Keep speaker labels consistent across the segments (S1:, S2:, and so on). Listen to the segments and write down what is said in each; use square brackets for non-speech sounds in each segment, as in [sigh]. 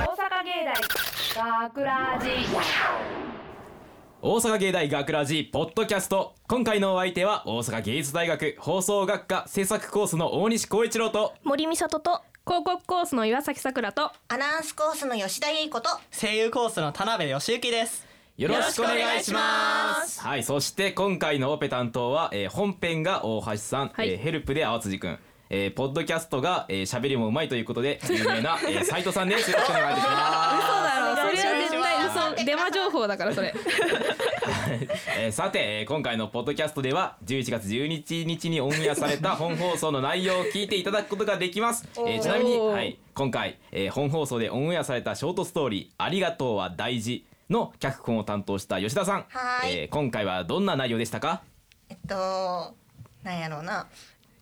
S1: 大学ラジ
S2: 大阪芸大学ラジポッドキャスト今回のお相手は大阪芸術大学放送学科制作コースの大西光一郎と
S3: 森美里と
S4: 広告コースの岩崎さくらと
S5: アナウンスコースの吉田優子と
S6: 声優コースの田辺義行です
S2: よろしくお願いしますはいそして今回のオペ担当は、えー本編が大橋さん、
S4: はい
S2: えーヘルプで淡辻くんえーポッドキャストが喋、えー、喋りもうまいということで有名な、えー、斉藤さんですよろしくお願いします
S4: そうだろうそれは絶
S5: お願いしま
S4: 対
S5: す
S4: 嘘デマ情報だからそれ
S2: えーさて、えー今回のポッドキャストでは11月12日にオンエアされた
S5: [laughs]
S2: 本放送の内容を聞いていただくことができます、えーちなみに、
S4: おー
S2: はい、今回、えー本放送でオンエアされたショートストーリー「ありがとうは大事」の脚本を担当した吉田さん、
S5: はーい
S2: えー今回はどんな内容でしたか
S5: えっとなんやろうな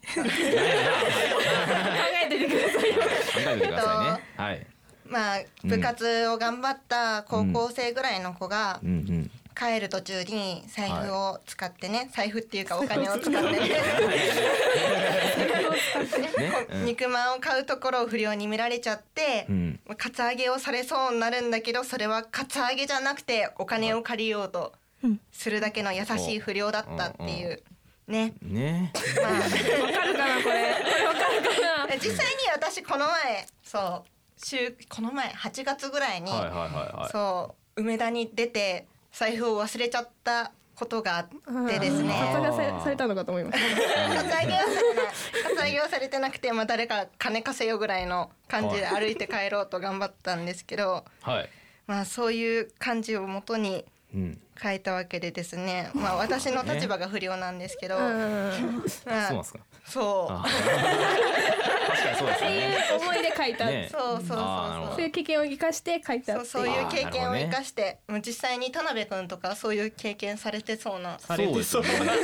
S4: 考えててください
S2: 考えてくださいねはい、
S5: まあ
S2: ん
S5: 部活を頑張った高校生ぐらいの子が
S2: うんうん、
S5: 帰る途中に財布を使ってね、財布ってい
S2: [laughs]
S5: うかお金を使ってね
S2: ね、うん
S5: 肉まんを買うところを不良に見られちゃって、
S2: うん
S5: カツアゲをされそうになるんだけどそれはカツアゲじゃなくてお金を借りようとするだけの優しい不良だったっていうね
S2: ね
S5: まあ
S4: わかるかなこれこれわかるか
S2: [laughs]
S4: な
S5: 実際に私この前そう週この前8月ぐらいに、
S2: はいはいはいはい
S5: そう梅田に出て財布を忘れちゃったことがあってですね
S4: 発がさされたのかと思います
S5: [laughs] カツアゲはされないカツアゲはされてなくて、まあ、誰か金貸せよぐらいの感じで歩いて帰ろうと頑張ったんですけど、
S2: はい、
S5: まあ、そういう感じをもとに
S2: うん、
S5: 書いたわけでです
S2: [laughs]
S5: ね、まあ、私の立場が不良なんですけど、
S4: うんっ
S2: そう
S5: ま
S2: なん
S5: あ
S2: ですか
S5: そう
S2: あ確かにそうですよ
S4: てい
S2: ね
S5: [laughs]
S4: う思いで書いた、
S2: ね
S5: そうそうそ
S2: あ
S5: う
S2: ーなるほど
S5: そ
S4: そ
S5: う
S4: ういう経験を生かして書いたって
S5: そ
S4: いうう
S5: そういう
S2: あー
S5: 経験を
S2: なるほどね
S5: 生かして、もう実際に田辺君とかそういう経験されてそうな
S2: そうですよね
S4: なんか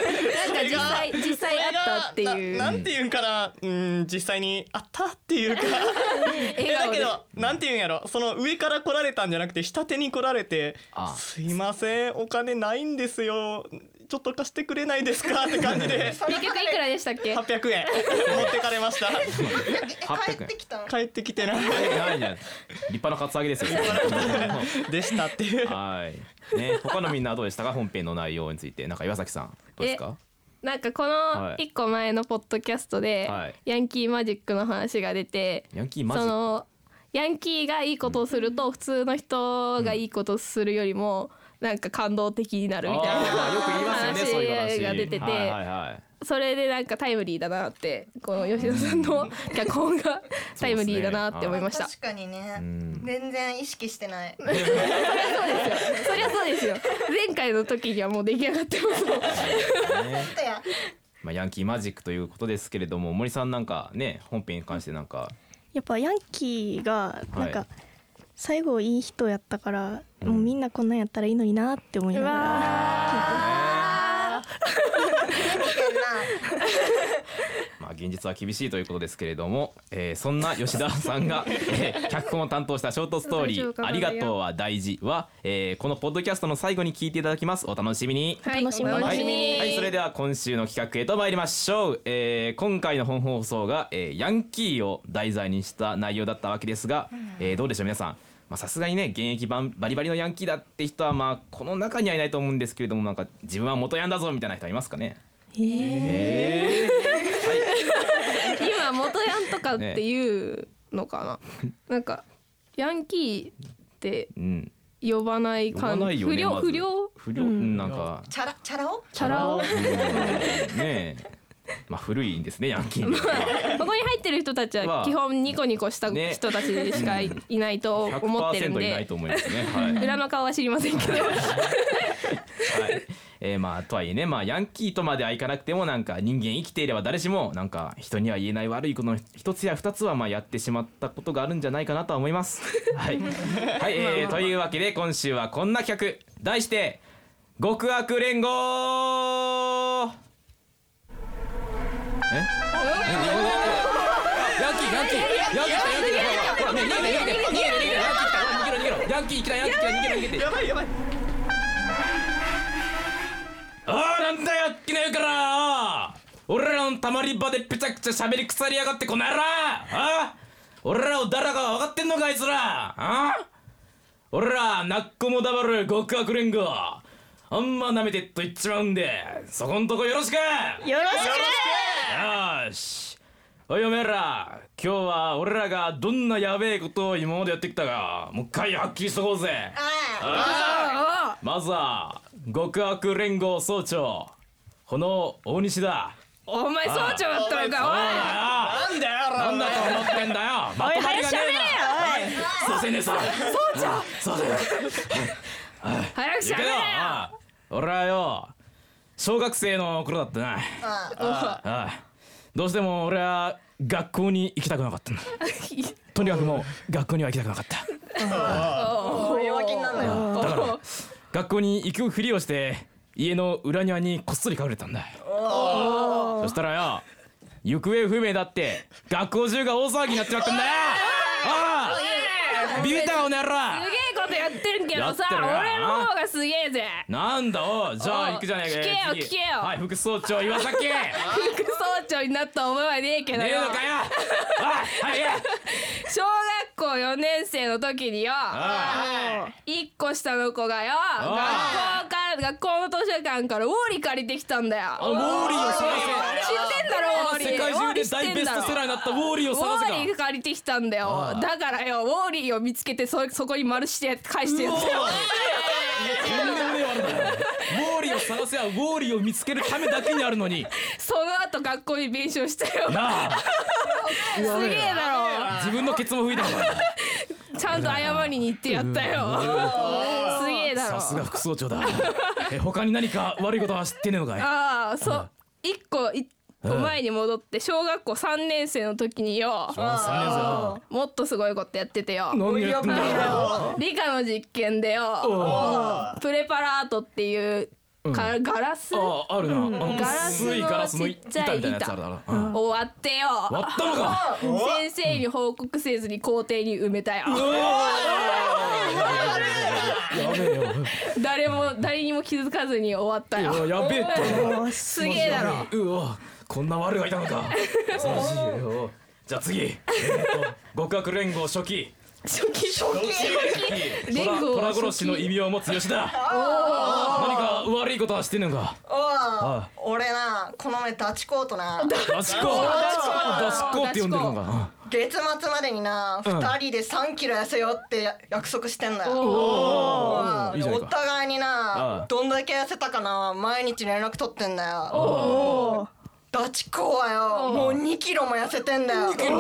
S4: 実際実際あったっていう
S6: ななんていうんかなうん実際にあったっていうかえだ
S4: 顔で
S6: けどなんていうんやろその上から来られたんじゃなくて下手に来られて
S2: あ
S6: 「すいませんお金ないんですよちょっと貸してくれないですか」って感じで
S4: 結局いくらでしたっけ
S6: 800円持ってかれました
S5: え帰ってきたの
S6: 帰ってきてない
S2: ないじゃん立派なカツアゲですよ。
S6: でしたっていう
S2: はい。ね、他のみんなはどうでしたか、本編の内容について、なんか岩崎さん、どうですか。
S4: なんかこ
S2: は
S4: の
S2: い
S4: 一個前のポッドキャストで、
S2: はい
S4: ヤンキーマジックの話が出て
S2: ヤンキーマジ
S4: そのヤンキーがいいことをすると、普通の人がいいことをするよりも、なんか感動的になるみたい
S2: あーま
S4: な
S2: あよく言いますよね、そういう話
S4: 話が出てて
S2: はいはいはい。
S4: それでなんかタイムリーだなってこの吉田さんの脚
S2: [laughs]
S4: 本がタイムリーだなって思いました。 [laughs]
S5: 確かにね、
S2: ん
S5: 全然意識してない
S4: そりゃそうですよ。前回の時にはもう出来上がってますもん。
S2: ね
S5: とや
S2: まあ、ヤンキーマジックということですけれども、森さんなんかね、本編に関してなんか。
S3: やっぱヤンキーがなん
S2: はい
S3: か最後いい人やったから、もうみんなこんなんやったらいいのになって思いながら
S2: まあ、現実は厳しいということですけれども、えー、そんな吉田さん
S4: [laughs]
S2: が、えー、脚本を担当したショートストーリ
S4: 大丈
S2: ー「
S4: 夫かな
S2: ありがとうは大事は」えーこのポッドキャストの最後に聞いていただきますお [laughs] 楽しみに。
S4: はい
S3: 楽しみに
S4: お
S2: は
S4: 楽
S2: い、
S4: しみに。
S2: はいそれでは今週の企画へと参りましょう、えー今回の本放送が、えーヤンキーを題材にした内容だったわけですが、えーどうでしょう皆さんまあさすがにね現役バンバリバリのヤンキーだって人はまあこの中にはいないと思うんですけれどもなんか自分は元ヤンだぞみたいな人はいますかねえ
S4: 今元ヤンとかっていうのかな、なんかヤンキーって
S2: ーうん
S4: 呼ばない
S2: 読ま
S4: 感
S2: ない
S4: じ
S2: よね
S4: 不良
S2: まず
S4: 不良
S2: 不良うんなん
S4: [laughs]
S2: か
S5: チャラチャラ男
S4: チャラ男
S2: うんねえまあ古いんですねヤンキー
S4: [laughs]
S2: って
S4: ここに入ってる人たち
S2: ま
S4: は
S2: あ
S4: 基本ニコニコした
S2: ね
S4: 人たちしかいいないと思ってるん
S2: 100%いない
S4: で
S2: と思いますねはい
S4: 裏の顔は知りません
S2: [laughs]
S4: けど
S2: はいえーまあ、とはいえね、まあ、ヤンキーとまではいかなくてもなんか人間生きていれば誰しもなんか人には言えない悪いことの一つや二つはまあやってしまったことがあるんじゃないかなとは思います。はい、はいえーというわけで今週はこんな企画題して「極悪連合」ええヤンキーヤンキーヤンキーヤンキー来たヤンキー来たほらほらね逃げて逃げて逃げて逃げろ逃げろ逃げろヤンキー来たヤンキー来た逃げろ逃げて
S6: やばいやばい
S2: ああなんだよっきなよから俺らのたまり場でぺちゃくちゃ喋り腐りやがってこの野郎ああ俺らを誰かが分かってんのかあいつらああおらなっこもだばる極悪連合あんま舐めてっと言っちまうんでそこんとこよろしく
S3: よろし
S2: よしおいおめえら今日は俺らがどんなやべえことを今までやってきたかもう一回はっきりしとこうぜまずは極悪連合総長この大西だ
S4: お前総長やったのか
S6: なんだよ
S2: なんだと思ってんだよまとまりがねえなそうせねえさ総長そうだよ
S4: おい早くし
S2: 行
S4: ゃ
S2: くよ
S4: べれよ
S2: ああ俺はよ小学生の頃だったなああどうしても俺は学校に行きたくなかったん
S5: [laughs]
S2: だとにかくもう学校には行きたくなかった
S5: おー弱気になんなよ
S2: だから学校に行くふりをして家の裏庭にこっそり隠れたんだそしたらよ行方不明だって学校中が大騒ぎになっちまったんだよああビビったかこの野郎
S4: すげえことやってるけどさ
S2: やってるな
S4: 俺の方がすげえぜ
S2: なんだおうじゃあ
S4: おう
S2: 行くじゃねえか
S4: 聞けよ
S2: 次
S4: 聞けよ
S2: はい副総長岩
S4: [laughs]
S2: 崎ね
S4: 副総長になった覚えはねえけ
S2: え
S4: ど
S2: のか
S4: よ
S2: よおいはいや
S4: 小学校4年生の時によ
S2: あ
S4: 一個下の子がよ学校か学校の図書館からウォーリー借りてきたんだよ
S2: あウォーリーを探
S4: 知ってんだろウォーリ
S2: せ世
S4: ー
S2: 界
S4: ウォー
S2: 中
S4: リー
S2: で
S4: 知って
S2: 大
S4: ん
S2: ベ
S4: だ
S2: ス
S4: ろ
S2: トセラーになったウォーリー
S4: ウ
S2: を探
S4: ォ
S2: せか
S4: ーリー借りてきたんだよ
S2: ああ
S4: だからよウォーリーを見つけてそそこに丸して返してやったよ
S2: とんでもねえわあんだよウォーリーを探せはウォーリーを見つけるためだけにあるのに
S4: その後学校に弁償したよ
S2: なあ
S4: すげえだ
S2: 自分のケツも拭いたんだ
S4: ろちゃんと謝りに行ってやったよすげえだ
S2: さ
S4: ろ
S2: すが副総長だえ他に何か悪いことは知ってねえのかい
S4: ああそう一個一個前に戻って小学校3年生の時によ
S2: あ
S4: もっとすごいことやっててよ
S2: 3年生だ何をやってんだよ
S4: 理科の実験でよプレパラートっていうかガラスを
S2: ああるなあの
S4: ガラスの
S2: 薄いガラスの板みたいなやつあるだろうん
S4: 割ってよ
S2: 割ったのか
S4: 先生に報告せずに校庭に埋めたよ
S2: やべえよ
S4: 誰も誰にも気づかずに終わったよ
S2: うわやべえって
S3: くお
S4: すげえだろ
S2: うわこんな悪がいたのか恐ろしいよじゃあ次えーと極悪連合初期
S4: 初期初
S2: ト
S4: 期連
S2: ラ
S4: 合
S2: トラ殺
S4: 初
S2: し
S4: 期
S2: の異名を持つ吉田何か悪いことはしてんのか
S5: おー俺なこの前ダチコートな
S2: ダシコダシコって呼んでるのか
S5: 月末までにな
S2: うん
S5: 2人で3キロ痩せようって約束してんだよ
S2: おー
S5: うん
S2: いいじゃな
S5: お
S2: いか
S5: 互いに
S2: ああ
S5: などんだけ痩せたかな毎日連絡取ってんだよ
S3: お
S5: ダチコはよもう2キロも痩せてんだよやべえ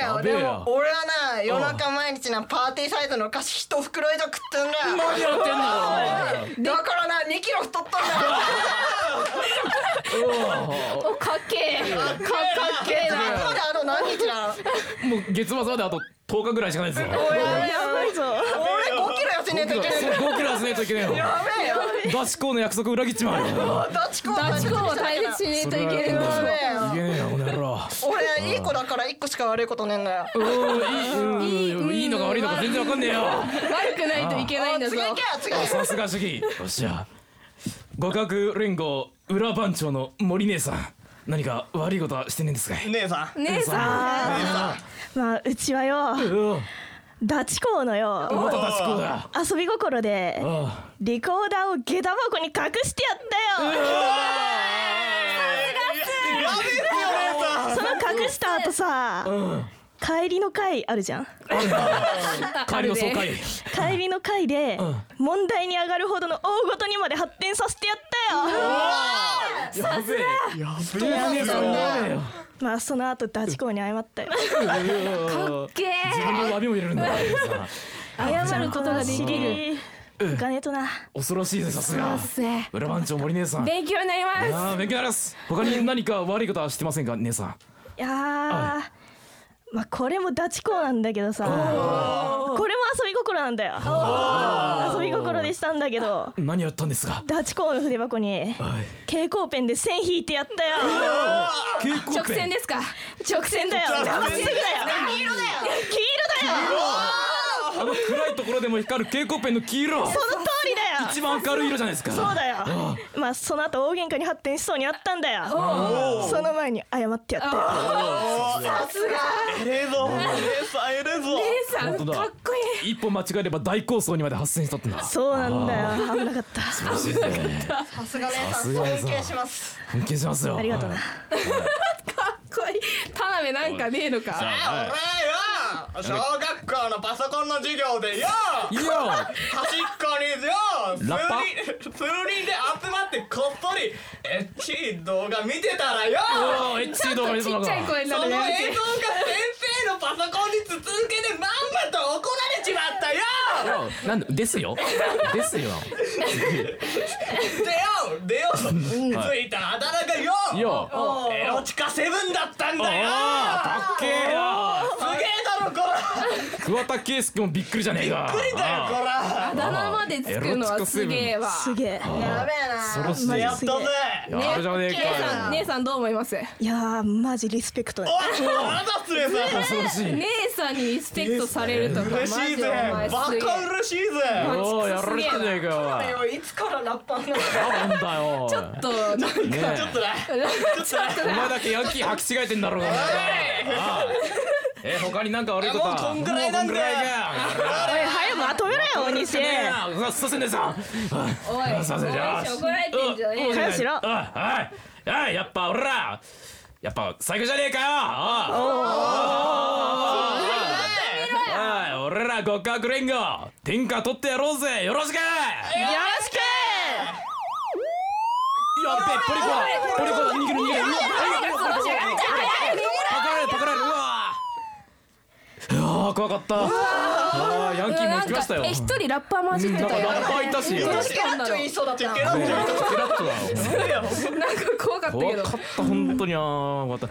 S2: や
S5: よ
S2: べえ
S5: で
S2: よ
S5: も俺はな夜中毎日なパーティーサイズのお菓子一袋以上食ってんだよ
S2: 何やって
S5: だからな2キロ太ったんだよ [laughs]
S4: おかっけえかっかっけえ
S5: 月末
S4: な
S5: まであと何日なの
S2: んのもう月末まであと10日ぐらいしかない [laughs] ですよ
S3: ーやばいぞ
S5: 俺5キロ痩せねえといけない
S2: そう5キロ痩せないといけないよ
S5: やべえよ
S2: ダシコの約束裏切っちまうよ
S5: ダチコは
S4: ダチコを大切にしないといけない
S5: それは
S2: やべえよいけねえよこの野郎
S5: 俺いい子だから1個しか悪いことねえんだよ
S2: おーいいうんいいのか悪いのか全然わかんねえよ
S4: 悪くないといけないんだぞ
S5: 次行けよ次行けよ
S2: さすが主義よっしゃ互角連合裏番長の森姉さん何か悪いことはしてねえんですかい
S6: 姉さん
S4: 姉さん
S3: まあうちはよ
S2: うわ
S3: ダチ校のよ
S2: またダシコだ
S3: 遊び心で
S2: あ
S3: リコーダーを下駄箱に隠してやったよその隠した後さ帰りの会あるじゃん
S2: あ帰りの総会
S3: 帰りの会で
S2: ん
S3: 問題に上がるほどの大ごとにまで発展させてやったよ
S2: やべえやべえ姉さんやべえよ
S3: まあその後ダチ校に謝ったよ
S2: うわ
S4: け
S2: 自分の詫びも入れるんださ
S4: [laughs] 謝ることができる
S3: お金とな
S2: 恐ろしいぜさすが
S4: せ
S2: 裏番長森姉さん
S4: 勉強になりま
S2: ああ勉強になります他に何か悪いことはしてませんか姉さん
S3: いやーまあこれもダチ校なんだけどさこれも遊び心なんだよ遊び心でしたんだけど
S2: 何やったんですか
S3: ダチ校の筆箱に
S2: はい
S3: 蛍光ペンで線引いてやったよ
S2: 蛍
S4: す
S2: 光
S4: 直
S2: ペン
S4: 線ですか直線だ
S3: だ
S4: よ
S3: よまっす
S5: 黄
S3: ぐだよ
S5: 色だよ
S3: 黄色だよ
S2: あの暗いところでも光る蛍光ペンの黄色
S3: その通りだよ
S2: 一番明るい色じゃないですか
S3: そうだよまあその後大喧嘩に発展しそうにあったんだよその前に謝ってやったよ
S5: さすが
S6: えれぞ姉さんえれぞ
S4: 姉さんゃん
S2: 本
S4: かっ
S2: 当だ
S4: こいい
S2: 一歩間違えれば大抗争にまで発生したってんだ
S3: そうなんだよ危なかった
S2: マジで
S5: さすが姉
S2: さ
S5: さ
S2: す
S5: ん
S2: が姉さん
S5: 尊敬します
S2: 尊敬しますよ
S3: ありがとうな
S4: かっこいい田辺なんかねえの
S2: じゃあ
S4: か
S2: は
S6: 俺よ小学校のパソコンの授業でよ
S2: いいいよ
S6: 端っこによ数
S2: ラッパ
S6: 人数人で集まってこっそりエッチい動画見てたらよ
S2: おーエッチい動画見
S4: ち
S2: せた
S4: っ
S2: の
S4: ちゃい
S2: か
S4: 声に
S6: そ
S4: な
S6: の
S4: る
S6: 映像
S4: ね
S6: が先生のパソコンに続けてまんまと怒られちまったよ
S2: なんでですよですよ
S6: でよでよついたあだ名がよ
S2: いいよ
S6: エロチカセブンだったん
S2: あ
S6: だよ
S2: あーたっけえな
S6: すげえだろこら
S2: 桑田佳祐もびっくりじゃねえか
S6: びっくりだよこら
S4: あだ名までつくのはすげえわ
S3: すげえ
S5: やべえ
S2: そろ
S5: な
S2: しい
S6: や
S2: や
S6: っ
S2: った
S6: ぜ
S2: たじゃねえ
S4: 姉さん
S2: かよ
S4: 姉さんどう思います
S3: いやーマジリスペクトだ
S6: おいあなたすれさ
S2: 恐ろしい
S4: 姉さんにリスペクトされるとかマ
S6: 嬉し
S4: ジ
S6: いぜ
S4: でお前
S6: バ
S4: すげ
S6: カ
S4: え
S6: 嬉しいぜ
S2: おおやられたじゃねえかよ
S5: いつからラッパーな
S2: [laughs]
S5: の
S2: なんだよ
S4: ちょっとなんか
S2: ねえ
S6: ちょっとな
S4: ちょっ
S2: お
S4: と
S2: 前だけヤンキー履き違えてんだろうがお前はああえ他になんか悪いこと
S6: もうこんぐらいな
S2: もうこ
S6: んだよ
S2: んぐらいか
S3: おい早くまとめろよ大西
S2: ねえなうわすいませんねさん
S4: おい
S2: あすいませんじゃあ
S4: おい怒られてんじゃねえよ
S3: 早くし
S2: お
S3: ろ
S2: いおいおいやっぱ俺らやっぱ最高じゃねえかよおいおいおい俺ら極悪連合天下取ってやろうぜよろしく
S3: よろしく
S2: やっべポリコだポリコだ逃げる逃げるうわパクられるパクられるうわあー怖かったあーヤンキーも行きましたよ
S4: え一人ラッパー混じって
S2: なんか
S4: たよ
S2: ラッパーいたし
S5: 確かにちょ言いそうだった
S6: ケロッ
S2: スラッとだ
S4: なんか怖かったけ
S2: 怖
S4: ど
S2: かった本当にあーまた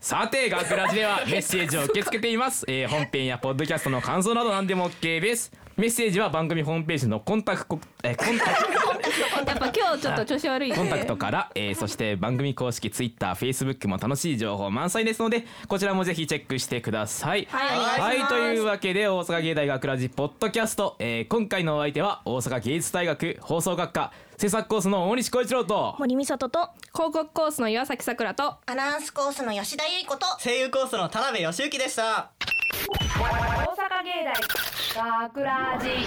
S2: さて学ラジで
S4: [laughs]
S2: はメッセージを受け付けています、えー、本編やポッドキャストの感想など何でも OK ですメッセージは番組ホームページのコンタクト、えーコンタクト
S4: [laughs] やっぱ今日ちょっと調子悪いんで
S2: コンタクトから、えーそして番組公式 TwitterFacebook も楽しい情報満載ですのでこちらもぜひチェックしてください。
S4: はいお願いします
S2: というわけで大阪芸大学ラジポッドキャスト、えー今回のお相手は大阪芸術大学放送学科制作コースの大西光一郎と
S3: 森美里と
S4: 広告コースの岩崎さくらと
S5: アナウンスコースの吉田優衣子と
S6: 声優コースの田辺義行でした
S1: 大阪芸大学ラジ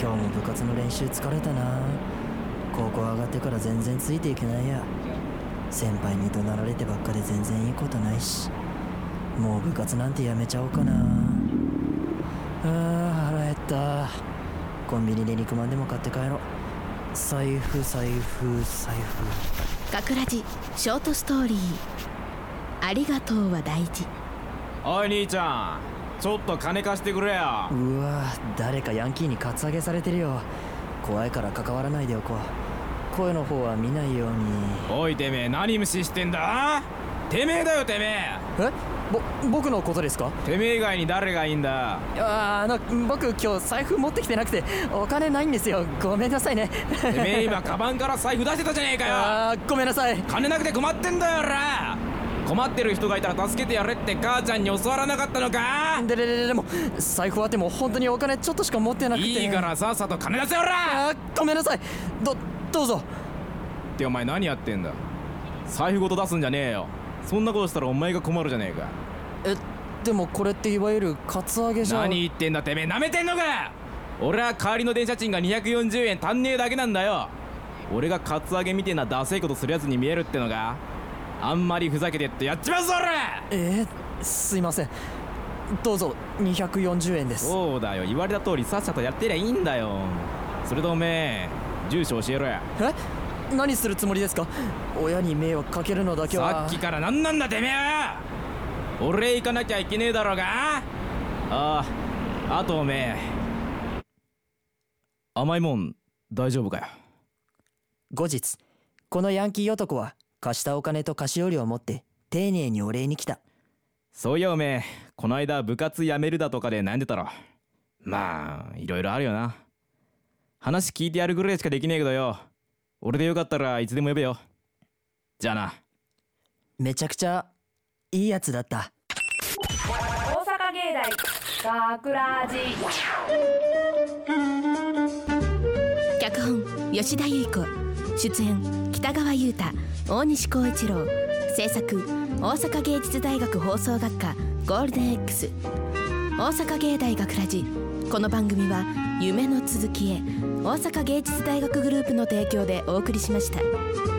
S7: 今日も部活の練習疲れたな高校上がってから全然ついていけないや先輩に怒鳴られてばっかで全然いいことないしもう部活なんてやめちゃおうかなあー腹減ったコンビニで肉まんでも買って帰ろう財布財布財布
S8: 学ラジショートストーリー「ありがとうは大事
S2: おい兄ちゃんちょっと金貸してくれよ
S7: うわ誰かヤンキーにカツアゲされてるよ怖いから関わらないでおこう声の方は見ないように
S2: おいてめえ何無視してんだてめえだよてめ
S7: えぼ僕のことですか
S2: えてめえ以外に誰がいいんだ
S7: あの僕今日財布持ってきてなくてお金ないんですよごめんなさいね
S2: てめえ今カバンから財布出してたじゃねえかよ
S7: [laughs] あーごめんなさい
S2: 金なくて困ってんだよ俺困ってる人がいたら助けてやれって母ちゃんに教わらなかったのか
S7: でででででも財布はでも本当にお金ちょっとしか持ってなくて
S2: いいからさっさと金出せよら
S7: あごめんなさいどどうぞ
S2: ってお前何やってんだ財布ごと出すんじゃねえよそんなことしたらお前が困るじゃねえか
S7: えでもこれっていわゆるカツアゲじゃ
S2: 何言ってんだてめえなめてんのか俺は帰りの電車賃が240円足んねえだけなんだよ俺がカツアゲみてえなダセえことするやつに見えるってのかあんまりふざけてってやっちまうぞ俺
S7: えー、すいませんどうぞ240円です
S2: そうだよ言われた通りさっさとやってりゃいいんだよそれとおめえ住所教えろや
S7: え何するつもりですか親に迷惑かけるのだけ
S2: さ
S7: は
S2: っきから何なんだてめえは俺行かなきゃいけねえだろうがあああとおめえ甘いもん大丈夫かよ
S7: 後日このヤンキー男は貸したお金と菓子折りを持って丁寧にお礼に来た
S2: そういやおめえこの間部活辞めるだとかで悩んでたろまあいろいろあるよな話聞いてやるぐらいしかできねえけどよ俺でよかったらいつでも呼べよじゃあな
S7: めちゃくちゃいいやつだった
S1: 大阪芸大学ラジ」
S8: 脚本吉田由衣子出演北川悠太大西光一郎制作大阪芸術大学放送学科ゴールデン X 大阪芸大学ラジこの番組は夢の続きへ大阪芸術大学グループの提供でお送りしました。